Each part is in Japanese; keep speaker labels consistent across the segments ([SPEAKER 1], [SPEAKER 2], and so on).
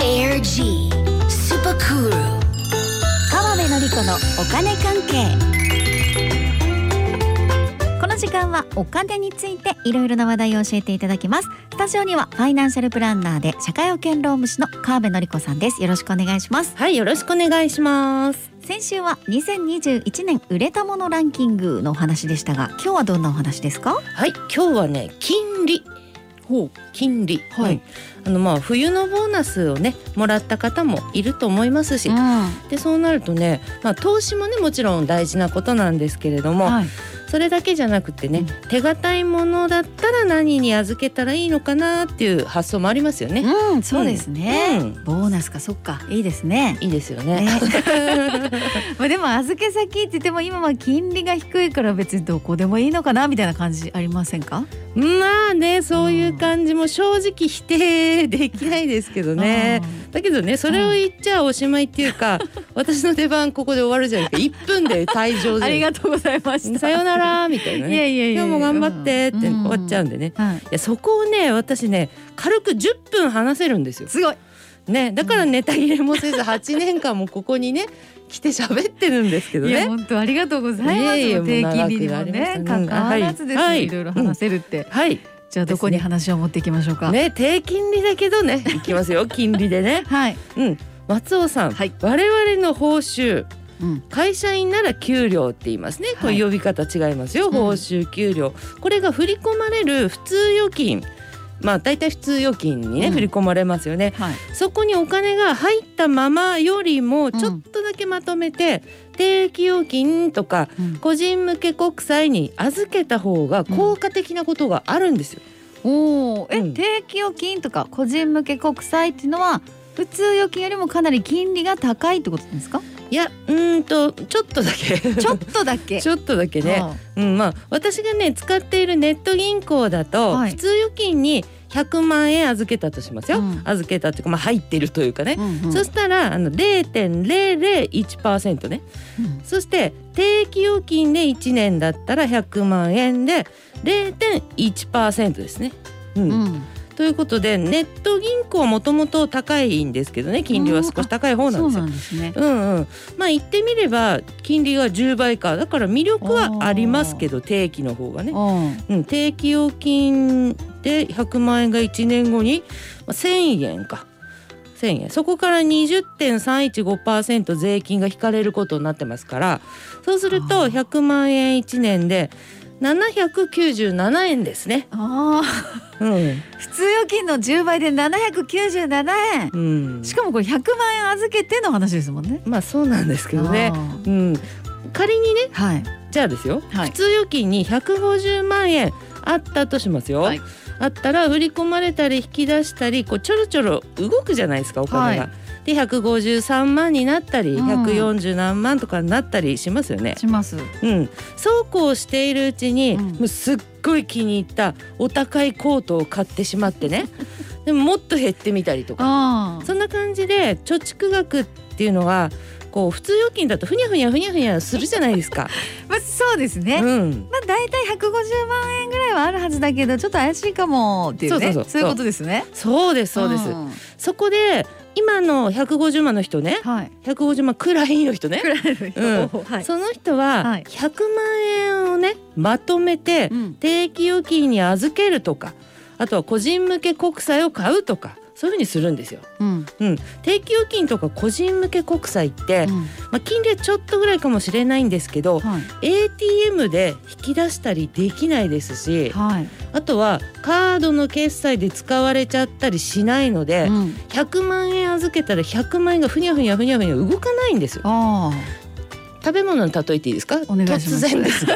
[SPEAKER 1] G スーパークール川辺典子のお金関係
[SPEAKER 2] この時間はお金についていろいろな話題を教えていただきますスタジオにはファイナンシャルプランナーで社会保険労務士の川辺典子さんですよろしくお願いします
[SPEAKER 3] はい、よろしくお願いします。
[SPEAKER 2] 先週は2021年売れたものランキングのお話でしたが今日はどんなお話ですか
[SPEAKER 3] はい、今日はね、金利。金利。
[SPEAKER 2] はい
[SPEAKER 3] うんあのまあ冬のボーナスをね、もらった方もいると思いますし、でそうなるとね、まあ投資もねもちろん大事なことなんですけれども、
[SPEAKER 2] はい
[SPEAKER 3] それだけじゃなくてね、手堅いものだったら何に預けたらいいのかなっていう発想もありますよね。
[SPEAKER 2] うん、そうですね、
[SPEAKER 3] うん
[SPEAKER 2] ボーナスかそっかいいですね
[SPEAKER 3] いいですよ
[SPEAKER 2] ね
[SPEAKER 3] ね。
[SPEAKER 2] まあでも預け先って言っても今は金利が低いから別にどこでもいいのかなみたいな感じありませんか
[SPEAKER 3] まあね、そういう感じも正直否定できないですけどね。だけどねそれを言っちゃおしまいっていうか、私の出番ここで終わるじゃないですか1分で退
[SPEAKER 2] うんあ
[SPEAKER 3] 場じゃな
[SPEAKER 2] り
[SPEAKER 3] いで
[SPEAKER 2] がとうございまし
[SPEAKER 3] す
[SPEAKER 2] た
[SPEAKER 3] かさよならみたい
[SPEAKER 2] い
[SPEAKER 3] な
[SPEAKER 2] や
[SPEAKER 3] ね
[SPEAKER 2] いやいや
[SPEAKER 3] 今日も頑張ってって終わっちゃうんでね、い
[SPEAKER 2] うん、はい
[SPEAKER 3] やそこをね私ね軽く10分話せるんですよ、
[SPEAKER 2] すごい
[SPEAKER 3] ね、だからネタ切れもせず8年間もここにね来て喋ってるんですけど
[SPEAKER 2] いや
[SPEAKER 3] ね
[SPEAKER 2] 本当ありがとうございます。
[SPEAKER 3] いやいやもう
[SPEAKER 2] 定期日にも
[SPEAKER 3] 長くなりまし
[SPEAKER 2] ね
[SPEAKER 3] たね
[SPEAKER 2] 関わらずですね、、
[SPEAKER 3] はいい
[SPEAKER 2] ろいろ話せるって、
[SPEAKER 3] はい
[SPEAKER 2] じゃあどこに話を持っていきましょうか。
[SPEAKER 3] ね低金利だけどねいきますよ金利でね
[SPEAKER 2] はい、
[SPEAKER 3] うん松尾さん、
[SPEAKER 2] はい
[SPEAKER 3] 我々の報酬
[SPEAKER 2] うん、
[SPEAKER 3] 会社員なら給料って言いますね、こういう呼び方違いますよ
[SPEAKER 2] ん
[SPEAKER 3] 報酬給料、これが振り込まれる普通預金まあ大体普通預金にね、
[SPEAKER 2] うん
[SPEAKER 3] 振り込まれますよね
[SPEAKER 2] はい、
[SPEAKER 3] そこにお金が入ったままよりもちょっとだけまとめて、定期預金とか
[SPEAKER 2] うん、
[SPEAKER 3] 個人向け国債に預けた方が効果的なことがあるんですよ、
[SPEAKER 2] おお、え、
[SPEAKER 3] うん
[SPEAKER 2] 定期預金とか個人向け国債っていうのは普通預金よりもかなり金利が高いってことです か？
[SPEAKER 3] いやうーんとちょっとだけ
[SPEAKER 2] ちょっとだけ。
[SPEAKER 3] ちょっとだけねうん、まあ私がね使っているネット銀行だと、
[SPEAKER 2] はい
[SPEAKER 3] 普通預金に100万円預けたとしますよ、
[SPEAKER 2] うん
[SPEAKER 3] 預けたっていうか、まあ、入ってるというかね、
[SPEAKER 2] うんうん
[SPEAKER 3] そしたらあの0.001%ね
[SPEAKER 2] うん
[SPEAKER 3] そして定期預金で1年だったら100万円で0.1%ですね。うん
[SPEAKER 2] うん
[SPEAKER 3] ということでネット銀行もともと高いんですけどね金利は少し高い方なん
[SPEAKER 2] そ
[SPEAKER 3] で
[SPEAKER 2] う
[SPEAKER 3] すよ
[SPEAKER 2] な。んですね。
[SPEAKER 3] うんうん、まあ言ってみれば金利が10倍かだから魅力はありますけど定期の方がね、
[SPEAKER 2] うん
[SPEAKER 3] うん、定期預金で100万円が1年後に、まあ、1,000円か1,000円そこから20.315%税金が引かれることになってますからそうする
[SPEAKER 2] あ
[SPEAKER 3] と
[SPEAKER 2] ー
[SPEAKER 3] 100万円1年で797円ですね。
[SPEAKER 2] ああ、
[SPEAKER 3] うん
[SPEAKER 2] 普通預金の10倍で797円。
[SPEAKER 3] うん、
[SPEAKER 2] しかもこれ100万円預けての話ですもんね。
[SPEAKER 3] まあそうなんですけどね
[SPEAKER 2] あ。ー
[SPEAKER 3] うん、仮にね
[SPEAKER 2] はい。
[SPEAKER 3] じゃあですよ、
[SPEAKER 2] はい
[SPEAKER 3] 普通預金に150万円あったとしますよ、
[SPEAKER 2] はい
[SPEAKER 3] あったら振り込まれたり引き出したりこうちょろちょろ動くじゃないですかお金が。
[SPEAKER 2] は
[SPEAKER 3] で153万になったり、
[SPEAKER 2] うん
[SPEAKER 3] 140何万とかになったりしますよね。
[SPEAKER 2] します。
[SPEAKER 3] うん、そうこうしているうちに、
[SPEAKER 2] うん
[SPEAKER 3] もうすっごい気に入ったお高いコートを買ってしまっ てねでももっと減ってみたりとか
[SPEAKER 2] ああ。
[SPEAKER 3] そんな感じで貯蓄額っていうのはこう普通預金だとふにゃふにゃふにゃふにゃするじゃないですか。
[SPEAKER 2] まあ、そうですね。
[SPEAKER 3] うん
[SPEAKER 2] まあ、だいたい150万円ぐらいはあるはずだけど、ちょっと怪しいかもっていうね。
[SPEAKER 3] そうそうそう
[SPEAKER 2] いうことですね。
[SPEAKER 3] そうですそうです、
[SPEAKER 2] ん
[SPEAKER 3] そこで今の150万の人ね
[SPEAKER 2] はい。
[SPEAKER 3] 150万くらいの人ね
[SPEAKER 2] くらいの人。
[SPEAKER 3] うん
[SPEAKER 2] はい。
[SPEAKER 3] その人は
[SPEAKER 2] はい
[SPEAKER 3] 100万円をねまとめて
[SPEAKER 2] うん
[SPEAKER 3] 定期預金に預けるとかあとは個人向け国債を買うとかそういうふうにするんですよ。
[SPEAKER 2] うん。
[SPEAKER 3] うん、定期預金とか個人向け国債って、
[SPEAKER 2] うん
[SPEAKER 3] まあ、金利はちょっとぐらいかもしれないんですけど
[SPEAKER 2] はい。
[SPEAKER 3] ATM で引き出したりできないですし
[SPEAKER 2] はい。
[SPEAKER 3] あとはカードの決済で使われちゃったりしないので、
[SPEAKER 2] うん
[SPEAKER 3] 100万円預けたら100万円がふにゃふにゃふにゃふにゃ動かないんですよ
[SPEAKER 2] あ
[SPEAKER 3] 食べ物に例えていいですか
[SPEAKER 2] お願いします
[SPEAKER 3] 突然ですが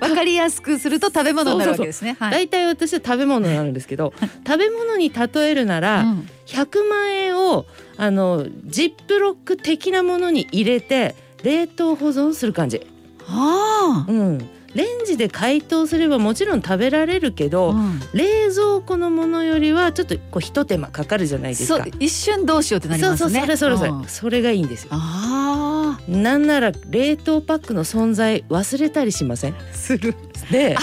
[SPEAKER 2] あ。わかりやすくすると食べ物になるわけですね。はい。
[SPEAKER 3] 大体私は食べ物なんですけど食べ物に例えるなら、
[SPEAKER 2] うん
[SPEAKER 3] 100万円をあのジップロック的なものに入れて冷凍保存する感じ、
[SPEAKER 2] あ
[SPEAKER 3] うん、レンジで解凍すればもちろん食べられるけ
[SPEAKER 2] あ。
[SPEAKER 3] ど、
[SPEAKER 2] うん
[SPEAKER 3] 冷蔵庫のものよりはちょっとこうひと手間かかるじゃないです
[SPEAKER 2] そ
[SPEAKER 3] か
[SPEAKER 2] う一瞬どうしようってなります
[SPEAKER 3] そうそう
[SPEAKER 2] ね。
[SPEAKER 3] それそれそれ、
[SPEAKER 2] うん
[SPEAKER 3] それがいいんですよ
[SPEAKER 2] あ
[SPEAKER 3] なんなら冷凍パックの存在忘れたりしません
[SPEAKER 2] あ。する。
[SPEAKER 3] で
[SPEAKER 2] あ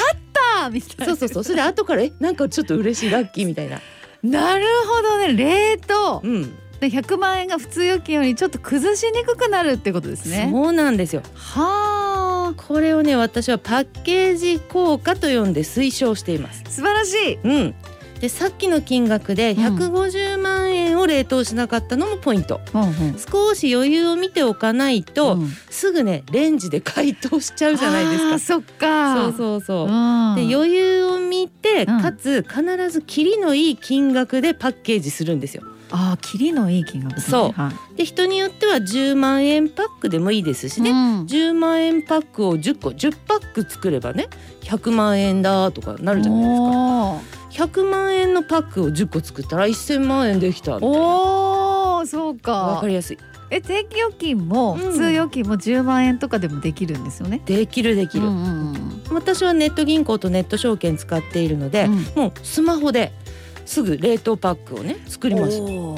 [SPEAKER 2] あみたいな。
[SPEAKER 3] そうそうそうそれで後からえなんかちょっと嬉しいラッキーみたいな
[SPEAKER 2] なるほどね冷凍
[SPEAKER 3] うん
[SPEAKER 2] で100万円が普通預金よりちょっと崩しにくくなるってことですね。
[SPEAKER 3] そうなんですよ
[SPEAKER 2] はあ
[SPEAKER 3] これをね私はパッケージ効果と呼んで推奨しています
[SPEAKER 2] 素晴らしい
[SPEAKER 3] うんでさっきの金額で
[SPEAKER 2] うん
[SPEAKER 3] 150万円を冷凍しなかったのもポイント、少し余裕を見ておかないと、
[SPEAKER 2] うん
[SPEAKER 3] すぐねレンジで解凍しちゃうじゃないです
[SPEAKER 2] あー
[SPEAKER 3] か
[SPEAKER 2] そっか
[SPEAKER 3] そうそうそ
[SPEAKER 2] う
[SPEAKER 3] う、
[SPEAKER 2] ん
[SPEAKER 3] で余裕を見て
[SPEAKER 2] うん
[SPEAKER 3] かつ必ずキリのいい金額でパッケージするんですよ
[SPEAKER 2] ああ切りのいい金額ですね
[SPEAKER 3] そう
[SPEAKER 2] はい
[SPEAKER 3] で人によっては10万円パックでもいいですしね、
[SPEAKER 2] うん
[SPEAKER 3] 10万円パックを10個10パック作ればね100万円だとかなるじゃないですか
[SPEAKER 2] おー
[SPEAKER 3] 100万円のパックを10個作ったら1000万円できたみたいな
[SPEAKER 2] おーそう
[SPEAKER 3] わ
[SPEAKER 2] か
[SPEAKER 3] かりやすい
[SPEAKER 2] え定期預金も
[SPEAKER 3] うん
[SPEAKER 2] 普通預金も10万円とかでもできるんですよね。
[SPEAKER 3] できるできる、
[SPEAKER 2] うんうんうん
[SPEAKER 3] 私はネット銀行とネット証券使っているので、
[SPEAKER 2] うん
[SPEAKER 3] もうスマホですぐ冷凍パックをね作ります
[SPEAKER 2] おー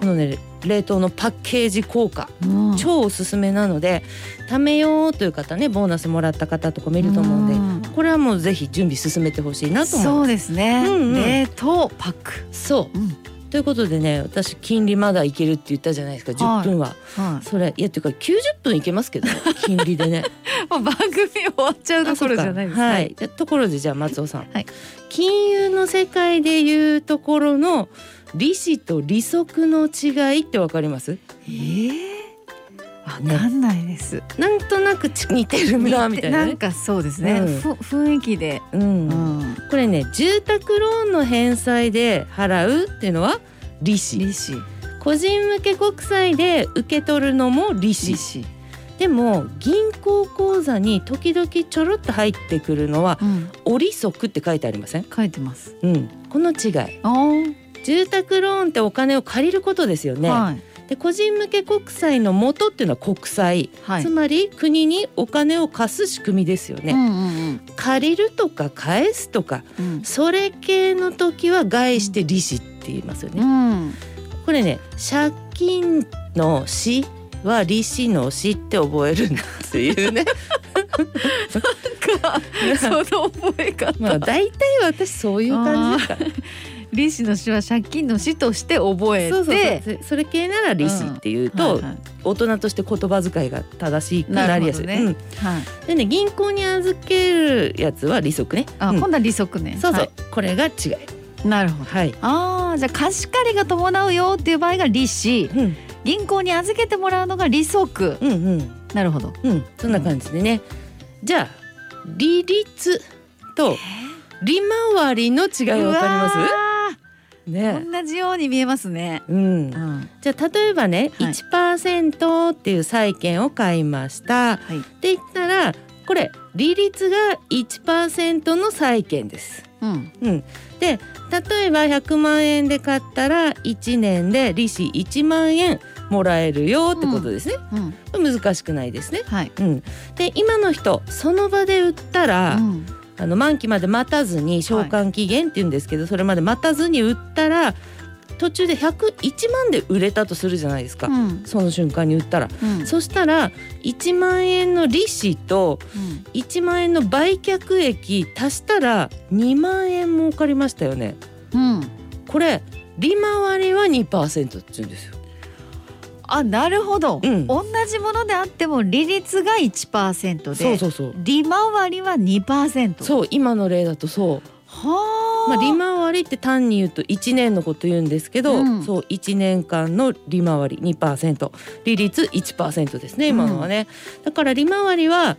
[SPEAKER 3] このね冷凍のパッケージ効果
[SPEAKER 2] うん
[SPEAKER 3] 超おすすめなので貯めようという方ねボーナスもらった方とかもいると思うんで、
[SPEAKER 2] ん
[SPEAKER 3] これはもうぜひ準備進めてほしいなと思います
[SPEAKER 2] そうですね、
[SPEAKER 3] うんうん
[SPEAKER 2] 冷凍パック、
[SPEAKER 3] そう、
[SPEAKER 2] うん
[SPEAKER 3] ということでね私金利まだいけるって言ったじゃないですか
[SPEAKER 2] はい
[SPEAKER 3] 10分は、
[SPEAKER 2] は
[SPEAKER 3] それいやっていうか90分いけますけ どね金利でね
[SPEAKER 2] い、もう番組終わっちゃうところじゃないですか。
[SPEAKER 3] あそっはい、じゃあところでじゃあ松尾さん、
[SPEAKER 2] はい
[SPEAKER 3] 金融の世界でいうところの利子と利息の違いってわかります
[SPEAKER 2] えーわかんないです。
[SPEAKER 3] なんとなくち似てるなみたいな,、
[SPEAKER 2] な
[SPEAKER 3] ね
[SPEAKER 2] んかそうですね。
[SPEAKER 3] うん
[SPEAKER 2] ふ雰囲気で、
[SPEAKER 3] うん
[SPEAKER 2] うん、
[SPEAKER 3] これね住宅ローンの返済で払うっていうのは利子
[SPEAKER 2] 利子、
[SPEAKER 3] 個人向け国債で受け取るのも利子
[SPEAKER 2] 利子、
[SPEAKER 3] でも銀行口座に時々ちょろっと入ってくるのは
[SPEAKER 2] うん、
[SPEAKER 3] 折利息って書いてありません、
[SPEAKER 2] 書いてます。
[SPEAKER 3] うん、この違い
[SPEAKER 2] あー、
[SPEAKER 3] 住宅ローンってお金を借りることですよね、
[SPEAKER 2] はい
[SPEAKER 3] で個人向け国債の元っていうのは国債、
[SPEAKER 2] はい。
[SPEAKER 3] つまり国にお金を貸す仕組みですよね、
[SPEAKER 2] うんうん
[SPEAKER 3] 借りるとか返すとか
[SPEAKER 2] うん
[SPEAKER 3] それ系の時は外して利子って言いますよ
[SPEAKER 2] う
[SPEAKER 3] ね、
[SPEAKER 2] ん。
[SPEAKER 3] これね借金の死は利子の死って覚えるんだっていうね
[SPEAKER 2] か、その覚え方。
[SPEAKER 3] まあ大体私そういう感じだから
[SPEAKER 2] 利子の死は借金の死として覚えて、
[SPEAKER 3] そうそうそうそれ系なら利子っていうと、
[SPEAKER 2] はいはい
[SPEAKER 3] 大人として言葉遣いが正しくなりやすい、
[SPEAKER 2] なるほどね
[SPEAKER 3] うん
[SPEAKER 2] はい。
[SPEAKER 3] でね銀行に預けるやつは利息ね。
[SPEAKER 2] あ、
[SPEAKER 3] うん
[SPEAKER 2] 今度は利息ね。
[SPEAKER 3] そうそう、
[SPEAKER 2] はい
[SPEAKER 3] これが違い。
[SPEAKER 2] なるほど。
[SPEAKER 3] はい。
[SPEAKER 2] ああ、じゃあ貸し借りが伴うよっていう場合が利子、
[SPEAKER 3] うん
[SPEAKER 2] 銀行に預けてもらうのが利息。
[SPEAKER 3] うんうん
[SPEAKER 2] なるほど。
[SPEAKER 3] うんそんな感じでね。じゃあ利率と利回りの違いわかりま
[SPEAKER 2] ます
[SPEAKER 3] す？ね。
[SPEAKER 2] 同じように見えますね。
[SPEAKER 3] うん
[SPEAKER 2] う、ん。
[SPEAKER 3] じゃあ例えばね、
[SPEAKER 2] はい
[SPEAKER 3] 1%っていう債券を買いましたっ
[SPEAKER 2] はい。
[SPEAKER 3] て言ったらこれ利率が1%の債券です。
[SPEAKER 2] うん。
[SPEAKER 3] うん、で例えば100万円で買ったら1年で利子1万円もらえるよってことですね、
[SPEAKER 2] うん。
[SPEAKER 3] これ難しくないですね。
[SPEAKER 2] はい。
[SPEAKER 3] うん、で今の人その場で売ったら、
[SPEAKER 2] うん
[SPEAKER 3] あの満期まで待たずに償還期限って言うんですけど、それまで待たずに売ったら途中で101万で売れたとするじゃないですか、
[SPEAKER 2] うん。
[SPEAKER 3] その瞬間に売ったら。
[SPEAKER 2] うん。
[SPEAKER 3] そしたら1万円の利子と
[SPEAKER 2] うん
[SPEAKER 3] 1万円の売却益足したら2万円儲かりましたよね。
[SPEAKER 2] うん。
[SPEAKER 3] これ利回りは2%って言うんですよ。
[SPEAKER 2] あ、なるほど。
[SPEAKER 3] うん
[SPEAKER 2] 同じものであっても利率が1%で、
[SPEAKER 3] そうそうそう。
[SPEAKER 2] 利回りは2%。う。
[SPEAKER 3] そう今の例だとそう。
[SPEAKER 2] はあ。
[SPEAKER 3] まあ利回りって単に言うと1年のこと言うんですけど、
[SPEAKER 2] うん
[SPEAKER 3] そう1年間の利回り2%、利率1%ですね今のはね。だから利回りは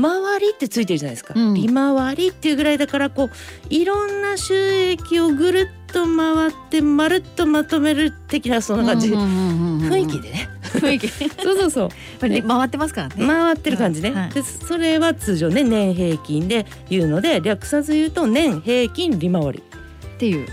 [SPEAKER 3] 回りってついてるじゃないですか、
[SPEAKER 2] うん
[SPEAKER 3] 利回りっていうぐらいだからこういろんな収益をぐるっと回ってまるっとまとめる的なそんな感じ、
[SPEAKER 2] 雰
[SPEAKER 3] 雰囲気でね
[SPEAKER 2] 雰囲気
[SPEAKER 3] そうそうそう
[SPEAKER 2] ね回ってますからね。
[SPEAKER 3] 回ってる感じね、
[SPEAKER 2] はい
[SPEAKER 3] でそれは通常ね年平均で言うので略さず言うと年平均利回り
[SPEAKER 2] っていう。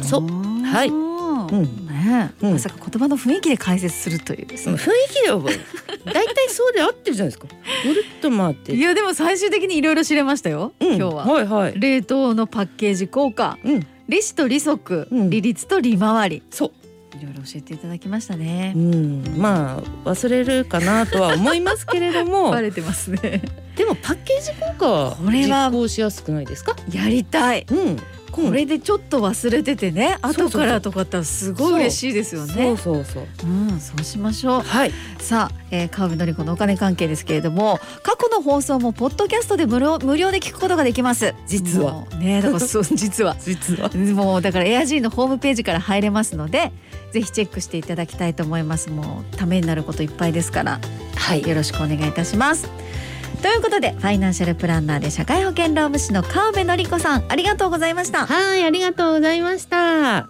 [SPEAKER 3] そうはい
[SPEAKER 2] うん、ね、
[SPEAKER 3] うん
[SPEAKER 2] まさか言葉の雰囲気で解説するというです
[SPEAKER 3] その
[SPEAKER 2] ね。
[SPEAKER 3] 雰囲気で覚える大体そうで合ってるじゃないですかぐるっと回って
[SPEAKER 2] いやでも最終的にいろいろ知れましたよ、
[SPEAKER 3] うん、
[SPEAKER 2] 今日は、
[SPEAKER 3] はいはい
[SPEAKER 2] 冷凍のパッケージ効果
[SPEAKER 3] うん
[SPEAKER 2] 利子と利息、
[SPEAKER 3] うん
[SPEAKER 2] 利率と利回り
[SPEAKER 3] そう
[SPEAKER 2] いろいろ教えていただきましたね
[SPEAKER 3] う、んまあ忘れるかなとは思いますけれども
[SPEAKER 2] バレてますね
[SPEAKER 3] でもパッケージ効果は
[SPEAKER 2] これは
[SPEAKER 3] 実行しやすくないですか
[SPEAKER 2] やりたい
[SPEAKER 3] うん
[SPEAKER 2] これでちょっと忘れててね
[SPEAKER 3] そうそう
[SPEAKER 2] 後からとかだったらすごい嬉しいですよ
[SPEAKER 3] そう
[SPEAKER 2] ね
[SPEAKER 3] そうそう
[SPEAKER 2] うんそうしましょう
[SPEAKER 3] はい
[SPEAKER 2] さあ、えー、川辺典子のお金関係ですけれども過去の放送もポッドキャストで無料無料で聞くことができます
[SPEAKER 3] 実は
[SPEAKER 2] もうねだから そう実は
[SPEAKER 3] 実は
[SPEAKER 2] もうだからエアジーのホームページから入れますのでぜひチェックしていただきたいと思いますもうためになることいっぱいですから
[SPEAKER 3] はい
[SPEAKER 2] よろしくお願いいたしますということでファイナンシャルプランナーで社会保険労務士の川辺典子さんありがとうございました
[SPEAKER 3] はいありがとうございました